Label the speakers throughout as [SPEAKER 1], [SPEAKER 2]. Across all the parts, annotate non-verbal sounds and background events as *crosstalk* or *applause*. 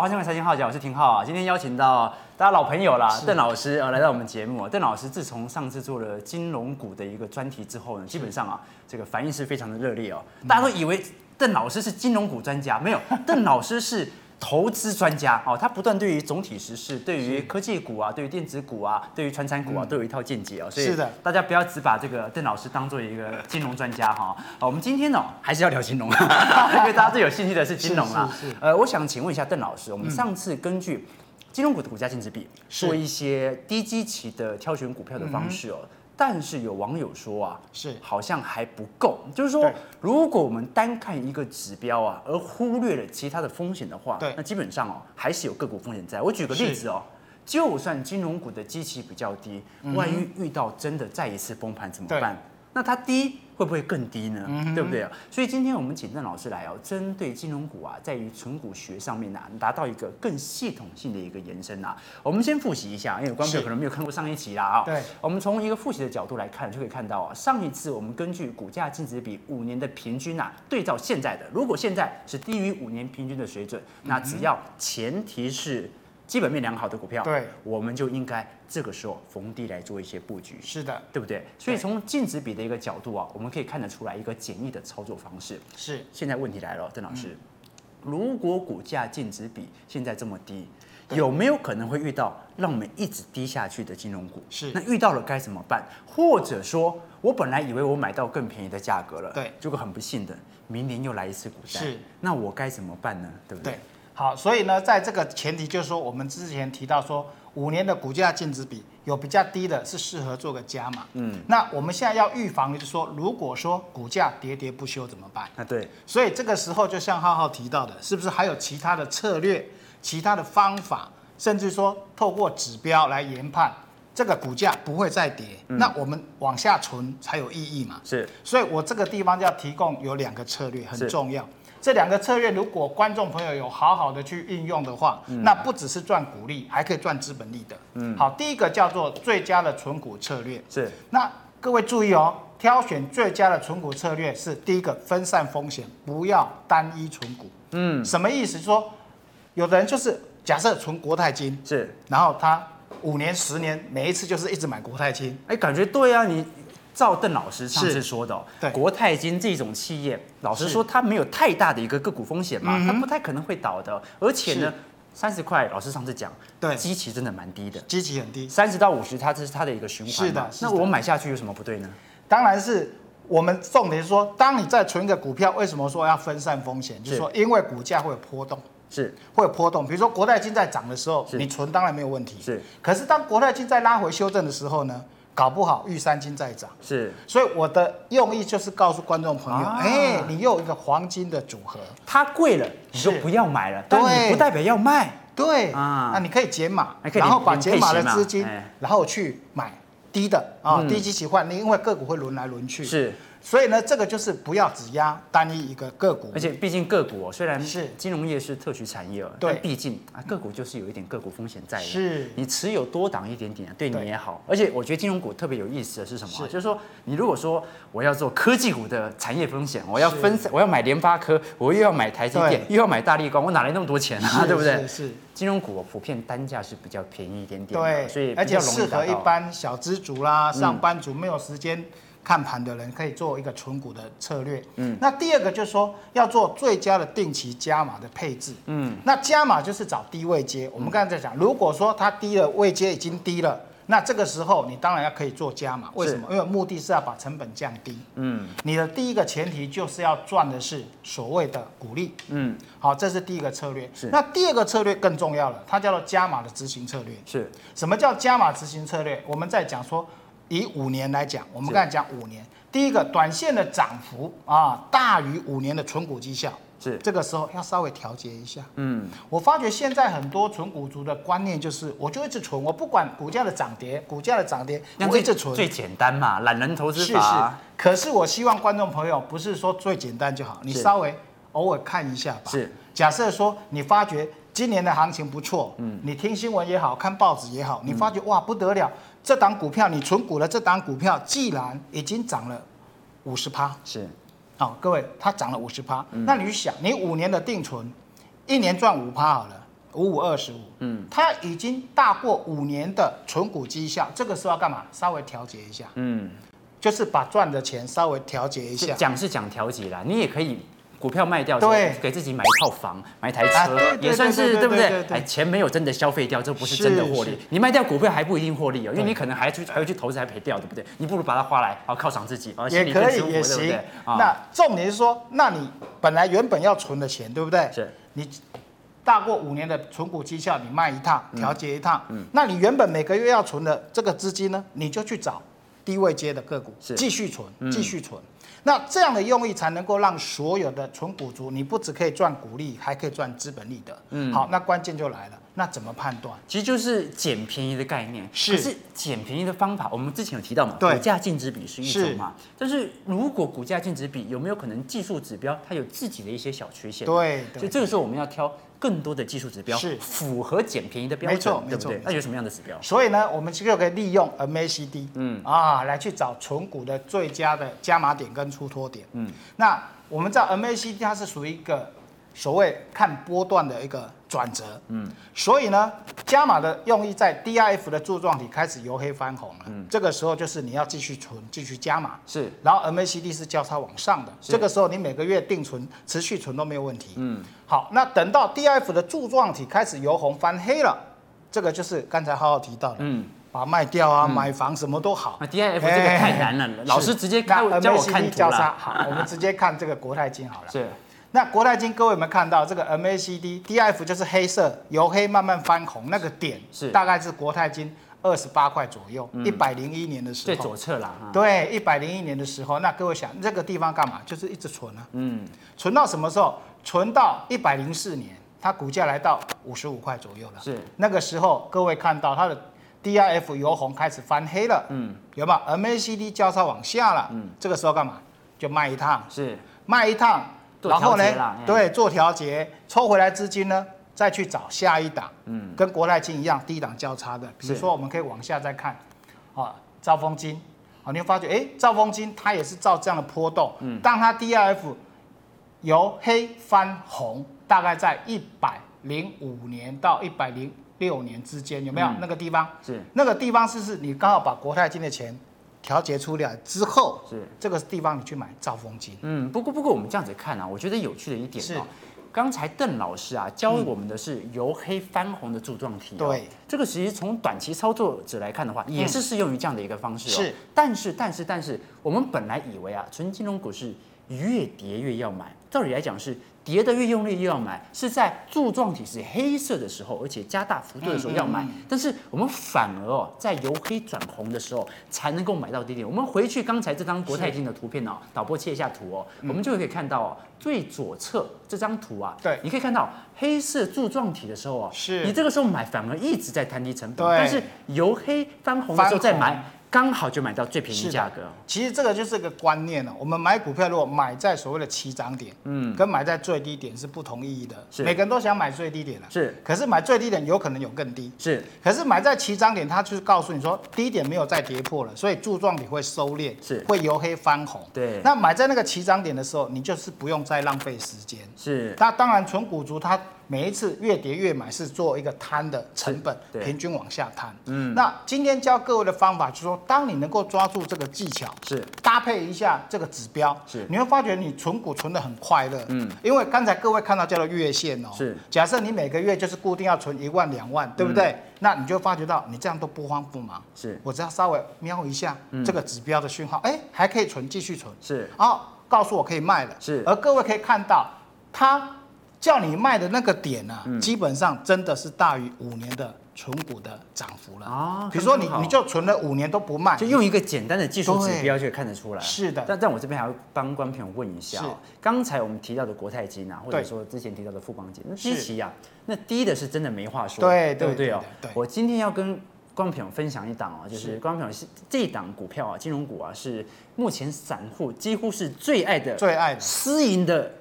[SPEAKER 1] 欢迎回来财经号角，我是廷浩啊。今天邀请到大家老朋友啦，邓老师呃来到我们节目。邓老师自从上次做了金融股的一个专题之后呢，基本上啊，这个反应是非常的热烈哦。
[SPEAKER 2] 嗯
[SPEAKER 1] 大家都以为邓老师是金融股专家，没有，
[SPEAKER 2] *laughs*
[SPEAKER 1] 邓老师是投资专家哦。他不断对于总体时事、对于科技股啊、对于电子股啊、对于传产股啊，都有一套见解哦。所以
[SPEAKER 2] 嗯是的
[SPEAKER 1] 大家不要只把这个邓老师当做一个金融专家哈、哦。我们今天呢、还是要聊金
[SPEAKER 2] *laughs*
[SPEAKER 1] 融，因为大家最有兴趣的是金融啊。
[SPEAKER 2] 是是是
[SPEAKER 1] 呃，我想请问一下邓老师，我
[SPEAKER 2] 嗯
[SPEAKER 1] 们上次根据金融股的股价净值比做一些低基期的挑选股票的方式哦。但是有网友说啊，
[SPEAKER 2] 嗯是
[SPEAKER 1] 好像还不够，就是说
[SPEAKER 2] 对，
[SPEAKER 1] 如果我们单看一个指标啊，而忽略了其他的风险的话，
[SPEAKER 2] 对
[SPEAKER 1] 那基本上哦，还是有个股风险在。我举个例子哦，就算金融股的基期比较低，万一遇到真的再一次崩盘怎么
[SPEAKER 2] 嗯对嗯
[SPEAKER 1] 办？那它低会不会更低呢？对不对啊？所以今天我们请郑老师来哦，针对金融股啊，在于存股学上面啊，达到一个更系统性的一个延伸啊。我们先复习一下，因为有观众
[SPEAKER 2] 是
[SPEAKER 1] 可能没有看过上一集啦啊、
[SPEAKER 2] 对
[SPEAKER 1] 我们从一个复习的角度来看，就可以看到啊，上一次我们根据股价净值比五年的平均啊，对照现在的，如果现在是低于五年平均的水准，
[SPEAKER 2] 嗯
[SPEAKER 1] 那只要前提是基本面良好的股票，
[SPEAKER 2] 对，
[SPEAKER 1] 我们就应该这个时候逢低来做一些布局。
[SPEAKER 2] 是的，
[SPEAKER 1] 对不对？所以从净值比的一个角度啊，我们可以看得出来一个简易的操作方式。
[SPEAKER 2] 是
[SPEAKER 1] 现在问题来了，邓老师，
[SPEAKER 2] 嗯
[SPEAKER 1] 如果股价净值比现在这么低，有没有可能会遇到让我们一直低下去的金融股？
[SPEAKER 2] 是
[SPEAKER 1] 那遇到了该怎么办？或者说，我本来以为我买到更便宜的价格了，
[SPEAKER 2] 对
[SPEAKER 1] 结果很不幸的，明年又来一次股灾，
[SPEAKER 2] 是，
[SPEAKER 1] 那我该怎么办呢？对不对？
[SPEAKER 2] 对。好，所以呢，在这个前提就是说，我们之前提到说，五年的股价净值比有比较低的，是适合做个加码。嗯，那我们现在要预防的就是说，如果说股价喋喋不休怎么办？
[SPEAKER 1] 啊，对，
[SPEAKER 2] 所以这个时候，就像浩浩提到的，是不是还有其他的策略、其他的方法，甚至说透过指标来研判这个股价不会再跌，那我们往下存才有意义嘛？
[SPEAKER 1] 嗯是
[SPEAKER 2] 所以我这个地方要提供有两个策略
[SPEAKER 1] 是
[SPEAKER 2] 很重要。这两个策略，如果观众朋友有好好的去运用的话，
[SPEAKER 1] 嗯
[SPEAKER 2] 那不只是赚股利，还可以赚资本利的。嗯，好，第一个叫做最佳的存股策略。
[SPEAKER 1] 是，
[SPEAKER 2] 那各位注意哦，挑选最佳的存股策略是第一个分散风险，不要单一存股。嗯，什么意思？说有的人就是假设存国泰金，
[SPEAKER 1] 是，
[SPEAKER 2] 然后他五年、十年，每一次就是一直买国泰金。
[SPEAKER 1] 哎，感觉对啊，你照邓老师上次
[SPEAKER 2] 是
[SPEAKER 1] 说的、哦，
[SPEAKER 2] 对
[SPEAKER 1] 国泰金这种企业，老实
[SPEAKER 2] 是
[SPEAKER 1] 说它没有太大的一个个股风险嘛，它不太可能会倒的，哦而且呢
[SPEAKER 2] 嗯是，
[SPEAKER 1] 三十块，老师上次讲，
[SPEAKER 2] 对
[SPEAKER 1] 基期真的蛮低的。
[SPEAKER 2] 基期很低，
[SPEAKER 1] 三十到五十，它这是它的一个循环嘛。
[SPEAKER 2] 是的是
[SPEAKER 1] 那
[SPEAKER 2] 的
[SPEAKER 1] 我买下去有什么不对呢？
[SPEAKER 2] 当然是我们重点是说，当你在存一个股票，为什么说要分散风险？就是说，因为股价会有波动，
[SPEAKER 1] 是
[SPEAKER 2] 会有波动。比如说国泰金在涨的时候，
[SPEAKER 1] 是
[SPEAKER 2] 你存当然没有问题。
[SPEAKER 1] 是。
[SPEAKER 2] 可是当国泰金在拉回修正的时候呢，搞不好玉山金在涨。
[SPEAKER 1] 是，
[SPEAKER 2] 所以我的用意就是告诉观众朋友，
[SPEAKER 1] 啊
[SPEAKER 2] 哎、你又有一个黄金的组合，
[SPEAKER 1] 它贵了你就是不要买了，但
[SPEAKER 2] 对
[SPEAKER 1] 你不代表要卖。
[SPEAKER 2] 对
[SPEAKER 1] 啊
[SPEAKER 2] 啊，那你可以减码，
[SPEAKER 1] 还可以
[SPEAKER 2] 然后把
[SPEAKER 1] 零
[SPEAKER 2] 减码
[SPEAKER 1] 配
[SPEAKER 2] 的
[SPEAKER 1] 息嘛
[SPEAKER 2] 资金
[SPEAKER 1] 哎，嗯
[SPEAKER 2] 然后去买低的啊，低基期换，你因为个股会轮来轮去，
[SPEAKER 1] 是，
[SPEAKER 2] 所以呢，这个就是不要只压单一一个个股
[SPEAKER 1] 而，且毕竟个股、哦、虽然
[SPEAKER 2] 是
[SPEAKER 1] 金融业是特许产业哦，
[SPEAKER 2] 对
[SPEAKER 1] 但毕竟啊个股就是有一点个股风险在的，
[SPEAKER 2] 是
[SPEAKER 1] 你持有多档一点点啊，对你
[SPEAKER 2] 对
[SPEAKER 1] 也好。而且我觉得金融股特别有意思的是什么啊？
[SPEAKER 2] 是
[SPEAKER 1] 就是说你如果说我要做科技股的产业风险，我要
[SPEAKER 2] 是
[SPEAKER 1] 分散，我要买联发科，我又要买台积电，又要买大力光，我哪来那么多钱啊？
[SPEAKER 2] 是
[SPEAKER 1] 对不对
[SPEAKER 2] 是？是，
[SPEAKER 1] 金融股哦普遍单价是比较便宜一点点的，
[SPEAKER 2] 对，
[SPEAKER 1] 所以
[SPEAKER 2] 而且
[SPEAKER 1] 比较容
[SPEAKER 2] 适
[SPEAKER 1] 易达
[SPEAKER 2] 合一
[SPEAKER 1] 到嗯
[SPEAKER 2] 般小资族啦、上班族没有时间看盘的人，可以做一个存股的策略。嗯，那第二个就是说要做最佳的定期加码的配置。嗯，那加码就是找低位接。我们刚才在讲，如果说它低了位接已经低了。那这个时候，你当然要可以做加码，为什么？因为目的是要把成本降低。嗯，你的第一个前提就是要赚的是所谓的股利。
[SPEAKER 1] 嗯
[SPEAKER 2] 好，这是第一个策略
[SPEAKER 1] 是。
[SPEAKER 2] 那第二个策略更重要了，它叫做加码的执行策略。
[SPEAKER 1] 是
[SPEAKER 2] 什么叫加码执行策略？我们在讲说，以五年来讲，我们
[SPEAKER 1] 是
[SPEAKER 2] 刚才讲五年，第一个短线的涨幅啊大于五年的存股绩效，
[SPEAKER 1] 是
[SPEAKER 2] 这个时候要稍微调节一下。
[SPEAKER 1] 嗯
[SPEAKER 2] 我发觉现在很多存股族的观念就是，我就一直存，我不管股价的涨跌，股价的涨跌，
[SPEAKER 1] 那
[SPEAKER 2] 我
[SPEAKER 1] 最
[SPEAKER 2] 一直存。
[SPEAKER 1] 最简单嘛，懒人投资
[SPEAKER 2] 是
[SPEAKER 1] 法
[SPEAKER 2] 是
[SPEAKER 1] 啊，
[SPEAKER 2] 可是我希望观众朋友不是说最简单就好，你
[SPEAKER 1] 是
[SPEAKER 2] 稍微偶尔看一下吧。
[SPEAKER 1] 是，
[SPEAKER 2] 假设说你发觉今年的行情不错，嗯，你听新闻也好看报纸也
[SPEAKER 1] 嗯
[SPEAKER 2] 好，你发觉、哇不得了，这档股票你存股了，这档股票既然已经涨了五十趴，
[SPEAKER 1] 是
[SPEAKER 2] 好、
[SPEAKER 1] 嗯
[SPEAKER 2] 各位它涨了五十趴，那你去想，你五年的定存，一年赚五趴好了，五五二十五，嗯，它已经大过五年的存股绩效，这个时候要干嘛？稍微调节一下，
[SPEAKER 1] 嗯，
[SPEAKER 2] 就是把赚的钱稍微调节一下。
[SPEAKER 1] 讲是讲调节啦，你也可以股票卖掉之后，
[SPEAKER 2] 对
[SPEAKER 1] 给自己买一套房，买一台
[SPEAKER 2] 啊
[SPEAKER 1] 车
[SPEAKER 2] 对，对
[SPEAKER 1] 也算是
[SPEAKER 2] 对对
[SPEAKER 1] 对不
[SPEAKER 2] 对对
[SPEAKER 1] 对？
[SPEAKER 2] 对
[SPEAKER 1] 哎，钱没有真的消费掉，这不是真的获
[SPEAKER 2] 是
[SPEAKER 1] 利
[SPEAKER 2] 是。
[SPEAKER 1] 你卖掉股票还不一定获利哦，因为你可能还去还会去投资还赔掉，对不对？你不如把它花来，好犒赏自己，啊，心
[SPEAKER 2] 也
[SPEAKER 1] 里
[SPEAKER 2] 可
[SPEAKER 1] 更
[SPEAKER 2] 以
[SPEAKER 1] 舒服，
[SPEAKER 2] 也
[SPEAKER 1] 对不
[SPEAKER 2] 行
[SPEAKER 1] 对？。啊
[SPEAKER 2] 那重点是说，那你本来原本要存的钱，对不对？
[SPEAKER 1] 是。
[SPEAKER 2] 你大过五年的存股绩效，你卖一趟，调节一趟。嗯。那你原本每个月要存的这个资金呢，你就去找低位接的个股，
[SPEAKER 1] 是嗯
[SPEAKER 2] 继续存，继续存。那这样的用意才能够让所有的存股族，你不只可以赚股利，还可以赚资本利得。嗯。好，那关键就来了，那怎么判断？
[SPEAKER 1] 其实就是捡便宜的概念，
[SPEAKER 2] 是
[SPEAKER 1] 可是捡便宜的方法，我们之前有提到嘛，
[SPEAKER 2] 对
[SPEAKER 1] 股价净值比是一
[SPEAKER 2] 是
[SPEAKER 1] 种嘛，但是如果股价净值比有没有可能技术指标它有自己的一些小缺陷？
[SPEAKER 2] 对对
[SPEAKER 1] 所以这个时候我们要挑更多的技术指标，
[SPEAKER 2] 是
[SPEAKER 1] 符合捡便宜的标
[SPEAKER 2] 没错
[SPEAKER 1] 准，对
[SPEAKER 2] 没
[SPEAKER 1] 不
[SPEAKER 2] 错
[SPEAKER 1] 对
[SPEAKER 2] 没？
[SPEAKER 1] 那有什么样的指标？
[SPEAKER 2] 所以呢，我们就可以利用 MACD，嗯啊，来去找存股的最佳的加码点跟出脱点。嗯，那我们知道 MACD 它是属于一个所谓看波段的一个转折。嗯，所以呢，加码的用意在 DIF 的柱状体开始由黑翻红了。嗯，这个时候就是你要继续存，继续加码。
[SPEAKER 1] 是
[SPEAKER 2] 然后 MACD 是交叉往上的，这个时候你每个月定存、持续存都没有问题。嗯，好，那等到 DIF 的柱状体开始由红翻黑了，这个就是刚才浩浩提到的，嗯，把它卖掉啊，
[SPEAKER 1] 嗯
[SPEAKER 2] 买房什么都好。
[SPEAKER 1] 那 DIF 啊这个太难了
[SPEAKER 2] 哎
[SPEAKER 1] 老师直接
[SPEAKER 2] 是
[SPEAKER 1] 开我
[SPEAKER 2] 那
[SPEAKER 1] 教我看
[SPEAKER 2] MACD
[SPEAKER 1] 图
[SPEAKER 2] 交
[SPEAKER 1] 啦
[SPEAKER 2] 叉，好，我们直接看这个国泰金好了。
[SPEAKER 1] 是
[SPEAKER 2] 那国泰金，各位有没有看到这个 MACD DIF 就是黑色由黑慢慢翻红那个点，
[SPEAKER 1] 是
[SPEAKER 2] 大概是国泰金二十八块左右，一百零一年的时
[SPEAKER 1] 最
[SPEAKER 2] 候
[SPEAKER 1] 左。侧啦，啊
[SPEAKER 2] 对，一百零一年的时候，那各位想这个地方干嘛？就是一直存啊，嗯，存到什么时候？存到一百零四年，它股价来到五十五块左右了。
[SPEAKER 1] 是
[SPEAKER 2] 那个时候，各位看到它的 DIF 由红开始翻黑了，嗯，有没有 MACD 交叉往下了？嗯，这个时候干嘛？就卖一趟，
[SPEAKER 1] 是
[SPEAKER 2] 卖一趟，
[SPEAKER 1] 做
[SPEAKER 2] 然后呢
[SPEAKER 1] 调节啦，哎
[SPEAKER 2] 对，做调节，抽回来资金呢，再去找下一档，嗯，跟国泰金一样低档交叉的，比如
[SPEAKER 1] 是
[SPEAKER 2] 说我们可以往下再看，啊，兆丰金，啊，你会发觉，哎，兆丰金它也是照这样的波动，嗯，当它 DIF 由黑翻红，大概在一百零五年到一百零六年之间，有没有、
[SPEAKER 1] 嗯
[SPEAKER 2] 那个地方？
[SPEAKER 1] 是
[SPEAKER 2] 那个地方是是你刚好把国泰金的钱调节出来之后，
[SPEAKER 1] 是
[SPEAKER 2] 这个地方你去买兆丰金。
[SPEAKER 1] 嗯，不过不过我们这样子看啊，我觉得有趣的一点
[SPEAKER 2] 是嗯
[SPEAKER 1] 哦，刚才邓老师啊教我们的是由黑翻红的柱状体、哦
[SPEAKER 2] 对，嗯
[SPEAKER 1] 这个其实从短期操作者来看的话，也是适用于这样的一个方式、哦。
[SPEAKER 2] 是，
[SPEAKER 1] 但是但是但是，我们本来以为啊，纯金融股是越跌越要买，照理来讲是。跌得越用力越要买，是在柱状体是黑色的时候，而且加大幅度的
[SPEAKER 2] 嗯
[SPEAKER 1] 时候要买。但是我们反而哦，在由黑转红的时候才能够买到低点。我们回去刚才这张国泰金的图片哦，导播切一下图哦，
[SPEAKER 2] 嗯
[SPEAKER 1] 我们就可以看到哦，最左侧这张图啊，
[SPEAKER 2] 对
[SPEAKER 1] 你可以看到黑色柱状体的时候哦，
[SPEAKER 2] 是
[SPEAKER 1] 你这个时候买反而一直在摊低成本，
[SPEAKER 2] 对
[SPEAKER 1] 但是由黑翻红的时候再
[SPEAKER 2] 翻红
[SPEAKER 1] 买，刚好就买到最便
[SPEAKER 2] 是
[SPEAKER 1] 宜
[SPEAKER 2] 的
[SPEAKER 1] 价格。
[SPEAKER 2] 其实这个就是个观念啊了、我们买股票，如果买在所谓的起涨点，嗯，跟买在最低点是不同意义的。
[SPEAKER 1] 是
[SPEAKER 2] 每个人都想买最低点了、啊
[SPEAKER 1] 是
[SPEAKER 2] 可是买最低点有可能有更低。
[SPEAKER 1] 是
[SPEAKER 2] 可是买在起涨点，它就是告诉你说低点没有再跌破了，所以柱状体会收敛，
[SPEAKER 1] 是
[SPEAKER 2] 会由黑翻红。
[SPEAKER 1] 对
[SPEAKER 2] 那买在那个起涨点的时候，你就是不用再浪费时间。
[SPEAKER 1] 是
[SPEAKER 2] 那当然，纯股族它每一次越跌越买是做一个摊的成本
[SPEAKER 1] 是对
[SPEAKER 2] 平均往下摊。嗯，那今天教各位的方法就是说，当你能够抓住这个技巧，
[SPEAKER 1] 是
[SPEAKER 2] 搭配一下这个指标，
[SPEAKER 1] 是
[SPEAKER 2] 你会发觉你存股存的很快乐。嗯，因为刚才各位看到叫做月线哦，
[SPEAKER 1] 是嗯
[SPEAKER 2] 假设你每个月就是固定要存一万两万，对不对？那你就发觉到你这样都不慌不忙。
[SPEAKER 1] 是嗯
[SPEAKER 2] 我只要稍微瞄一下这个指标的讯号，哎、还可以存，继续存。
[SPEAKER 1] 是
[SPEAKER 2] 然后告诉我可以卖了。
[SPEAKER 1] 是
[SPEAKER 2] 而各位可以看到，它叫你卖的那个点呢、
[SPEAKER 1] 嗯
[SPEAKER 2] 基本上真的是大于五年的存股的涨幅了。
[SPEAKER 1] 哦
[SPEAKER 2] 比如说
[SPEAKER 1] 真
[SPEAKER 2] 你
[SPEAKER 1] 好
[SPEAKER 2] 你就存了五年都不卖，
[SPEAKER 1] 就用一个简单的技术指
[SPEAKER 2] 对
[SPEAKER 1] 标就可以看得出来。
[SPEAKER 2] 是的
[SPEAKER 1] 但但我这边还要帮观众朋友问一下、
[SPEAKER 2] 是
[SPEAKER 1] 哦，刚才我们提到的国泰金啊，或者
[SPEAKER 2] 对
[SPEAKER 1] 说之前提到的富邦金，那
[SPEAKER 2] 是
[SPEAKER 1] 低期啊，那低的是真的没话说，
[SPEAKER 2] 对
[SPEAKER 1] 对不
[SPEAKER 2] 对
[SPEAKER 1] 对哦？
[SPEAKER 2] 对对
[SPEAKER 1] 我今天要跟观众朋友分享一档哦，就是
[SPEAKER 2] 是
[SPEAKER 1] 观众朋友是这一档股票啊，金融股啊，是目前散户几乎是最爱的
[SPEAKER 2] 最爱的
[SPEAKER 1] 私营的。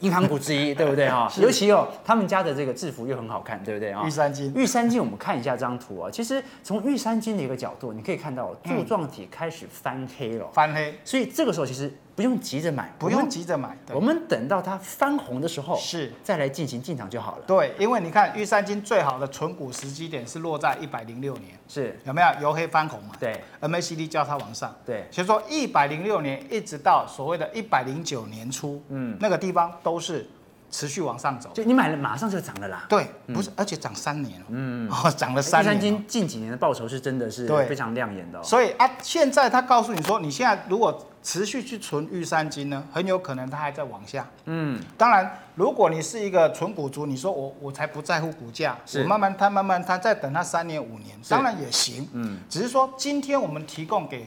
[SPEAKER 1] 银行股之一，对不对
[SPEAKER 2] *laughs*
[SPEAKER 1] 哈、尤其哦，他们家的这个制服又很好看，对不对啊、
[SPEAKER 2] 玉山金
[SPEAKER 1] 玉山金，我们看一下这张图啊、其实从玉哦山金的一个角度，你可以看到柱状体开始翻黑了，
[SPEAKER 2] 翻黑。
[SPEAKER 1] 所以这个时候其实不用急着买，
[SPEAKER 2] 不用急着买。对
[SPEAKER 1] 我们，我们等到它翻红的时候
[SPEAKER 2] 是
[SPEAKER 1] 再来进行进场就好了。
[SPEAKER 2] 对，因为你看玉山金最好的存股时机点是落在一百零六年，
[SPEAKER 1] 是，
[SPEAKER 2] 有没有由黑翻红嘛？
[SPEAKER 1] 对
[SPEAKER 2] ，MACD 叫它往上。
[SPEAKER 1] 对
[SPEAKER 2] 所以说一百零六年一直到所谓的一百零九年初，嗯，那个地方都是持续往上走。
[SPEAKER 1] 就你买了马上就涨了啦。
[SPEAKER 2] 对，不是，而且涨三年了，嗯，哦，涨了
[SPEAKER 1] 玉
[SPEAKER 2] 三
[SPEAKER 1] 山
[SPEAKER 2] 年了。
[SPEAKER 1] 金近几年的报酬是真的是
[SPEAKER 2] 对
[SPEAKER 1] 非常亮眼的、哦。
[SPEAKER 2] 所以啊，现在他告诉你说，你现在如果持续去存玉山金呢，很有可能它还在往下。
[SPEAKER 1] 嗯，
[SPEAKER 2] 当然，如果你是一个纯股族，你说我我才不在乎股价，
[SPEAKER 1] 是
[SPEAKER 2] 我慢慢摊慢慢摊，再等它三年五年，当然也行。嗯，只是说今天我们提供给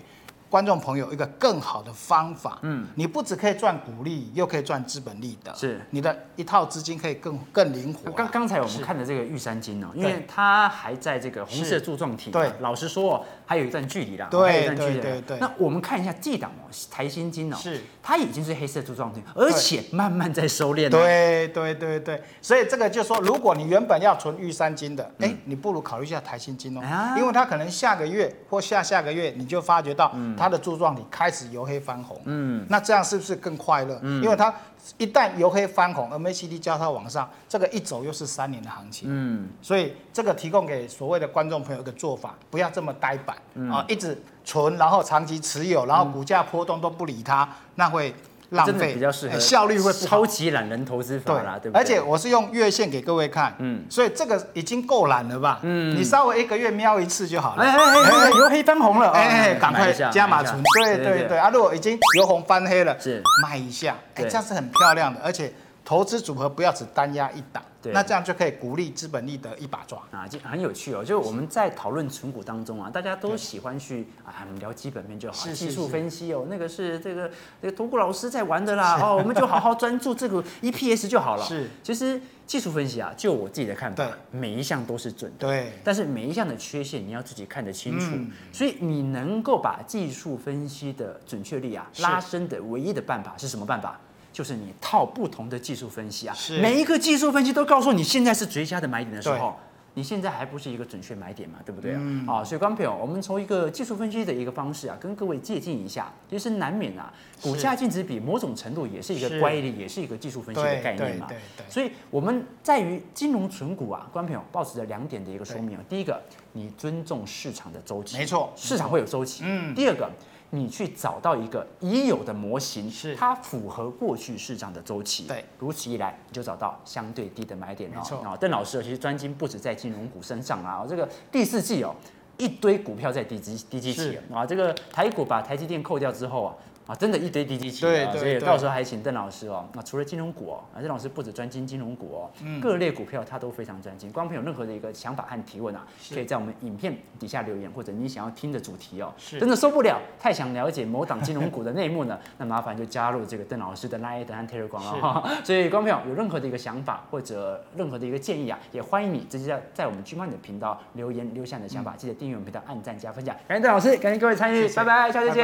[SPEAKER 2] 观众朋友一个更好的方法。嗯，你不只可以赚股利，又可以赚资本利得，
[SPEAKER 1] 是
[SPEAKER 2] 你的一套资金可以更更灵活啊。
[SPEAKER 1] 刚刚才我们
[SPEAKER 2] 是
[SPEAKER 1] 看的这个玉山金哦，因
[SPEAKER 2] 对
[SPEAKER 1] 为它还在这个红色
[SPEAKER 2] 是
[SPEAKER 1] 柱状体嘛。
[SPEAKER 2] 对
[SPEAKER 1] 老实说哦，还有一段距离啦。
[SPEAKER 2] 对
[SPEAKER 1] 还有一段距离啦
[SPEAKER 2] 对对对
[SPEAKER 1] 那我们看一下 G 档哦，台新金哦，
[SPEAKER 2] 是
[SPEAKER 1] 它已经是黑色柱状体，而且慢慢在收敛。，
[SPEAKER 2] 对对对对，所以这个就说，如果你原本要存玉山金的，哎、你不如考虑一下台新金哦，
[SPEAKER 1] 嗯啊
[SPEAKER 2] 因为它可能下个月或下下个月你就发觉到
[SPEAKER 1] 嗯
[SPEAKER 2] 它的柱状体开始由黑翻红，嗯，那这样是不是更快乐？
[SPEAKER 1] 嗯
[SPEAKER 2] 因为它一旦由黑翻红，MACD 交叉往上，这个一走又是三年的行情，
[SPEAKER 1] 嗯，
[SPEAKER 2] 所以这个提供给所谓的观众朋友一个做法，不要这么呆板啊、
[SPEAKER 1] 嗯
[SPEAKER 2] 一直存，然后长期持有，然后股价波动都不理它，那会浪
[SPEAKER 1] 真的
[SPEAKER 2] 费，
[SPEAKER 1] 比较适合
[SPEAKER 2] 哎效率会不好
[SPEAKER 1] 超。级懒人投资法啦，对不对？
[SPEAKER 2] 而且我是用月线给各位看，嗯，所以这个已经够懒了吧？嗯，你稍微一个月瞄一次就好了。
[SPEAKER 1] 哎哎哎哎，由黑翻红了，哦
[SPEAKER 2] 哎，赶
[SPEAKER 1] 买
[SPEAKER 2] 快
[SPEAKER 1] 一下
[SPEAKER 2] 加码
[SPEAKER 1] 买一下
[SPEAKER 2] 存，对对对啊！如果已经由红翻黑了，
[SPEAKER 1] 是
[SPEAKER 2] 卖一下，哎，
[SPEAKER 1] 对
[SPEAKER 2] 这样是很漂亮的，而且投资组合不要只单压一档，
[SPEAKER 1] 对
[SPEAKER 2] 那这样就可以鼓励资本利得一把抓。
[SPEAKER 1] 啊，就很有趣哦。就是我们在讨论存股当中啊，大家都喜欢去啊，我们聊基本面就好，
[SPEAKER 2] 是是
[SPEAKER 1] 技术
[SPEAKER 2] 是
[SPEAKER 1] 分析哦，那个是这个这个投顾老师在玩的啦。哦，我们就好好专注这个 EPS 就好了。
[SPEAKER 2] 是，
[SPEAKER 1] 其实技术分析啊，就我自己的看法
[SPEAKER 2] 对，
[SPEAKER 1] 每一项都是准的。
[SPEAKER 2] 对，
[SPEAKER 1] 但是每一项的缺陷你要自己看得清楚，
[SPEAKER 2] 嗯
[SPEAKER 1] 所以你能够把技术分析的准确率啊
[SPEAKER 2] 是
[SPEAKER 1] 拉升的唯一的办法是什么办法？就是你套不同的技术分析啊
[SPEAKER 2] 是，
[SPEAKER 1] 每一个技术分析都告诉你现在是绝佳的买点的时
[SPEAKER 2] 对嗯
[SPEAKER 1] 候。你现在还不是一个准确买点嘛，对不对啊？啊，所以观众朋友，我们从一个技术分析的一个方式啊，跟各位借鉴一下。其实难免啊，股价净值比某种程度也是一个
[SPEAKER 2] 是
[SPEAKER 1] 乖离，也是一个技术分析的
[SPEAKER 2] 对
[SPEAKER 1] 概念
[SPEAKER 2] 对
[SPEAKER 1] 嘛。
[SPEAKER 2] 对对
[SPEAKER 1] 所以我们在于金融存股啊，观众朋友保持着两点的一个说明啊。第一个，你尊重市场的周期，
[SPEAKER 2] 没错
[SPEAKER 1] 市场会有周期。嗯。第二个，你去找到一个已有的模型，
[SPEAKER 2] 是
[SPEAKER 1] 它符合过去市场的周期。
[SPEAKER 2] 对，
[SPEAKER 1] 如此一来，你就找到相对低的买点了。
[SPEAKER 2] 没错
[SPEAKER 1] 啊，邓老师其实专精不止在金融股身上啊，这个第四季哦。一堆股票在低基低基期
[SPEAKER 2] 是
[SPEAKER 1] 啊，这个台股把台积电扣掉之后啊，啊，真的一堆低基期
[SPEAKER 2] 对
[SPEAKER 1] 啊，
[SPEAKER 2] 对
[SPEAKER 1] 所以
[SPEAKER 2] 对
[SPEAKER 1] 到时候还请邓老师哦。那除了金融股哦，啊，邓老师不止专精金融股哦，各类股票他都非常专精。观众朋友任何的一个想法和提问啊，可以在我们影片底下留言，或者你想要听的主题哦，
[SPEAKER 2] 是
[SPEAKER 1] 真的受不了，太想了解某档金融股的内 *laughs* 幕呢，那麻烦就加入这个邓老师的 Line 和 Telegram 了哈。所以观众朋友有任何的一个想法或者任何的一个建议啊，也欢迎你直接在在我们聚曼的频道嗯留言留下你的想法，记得订阅我们频道、按赞加分享。感谢邓老师，感谢各位参与，
[SPEAKER 2] 谢谢
[SPEAKER 1] 拜拜，下次见。
[SPEAKER 2] 拜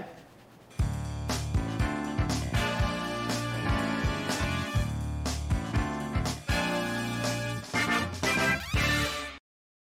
[SPEAKER 2] 拜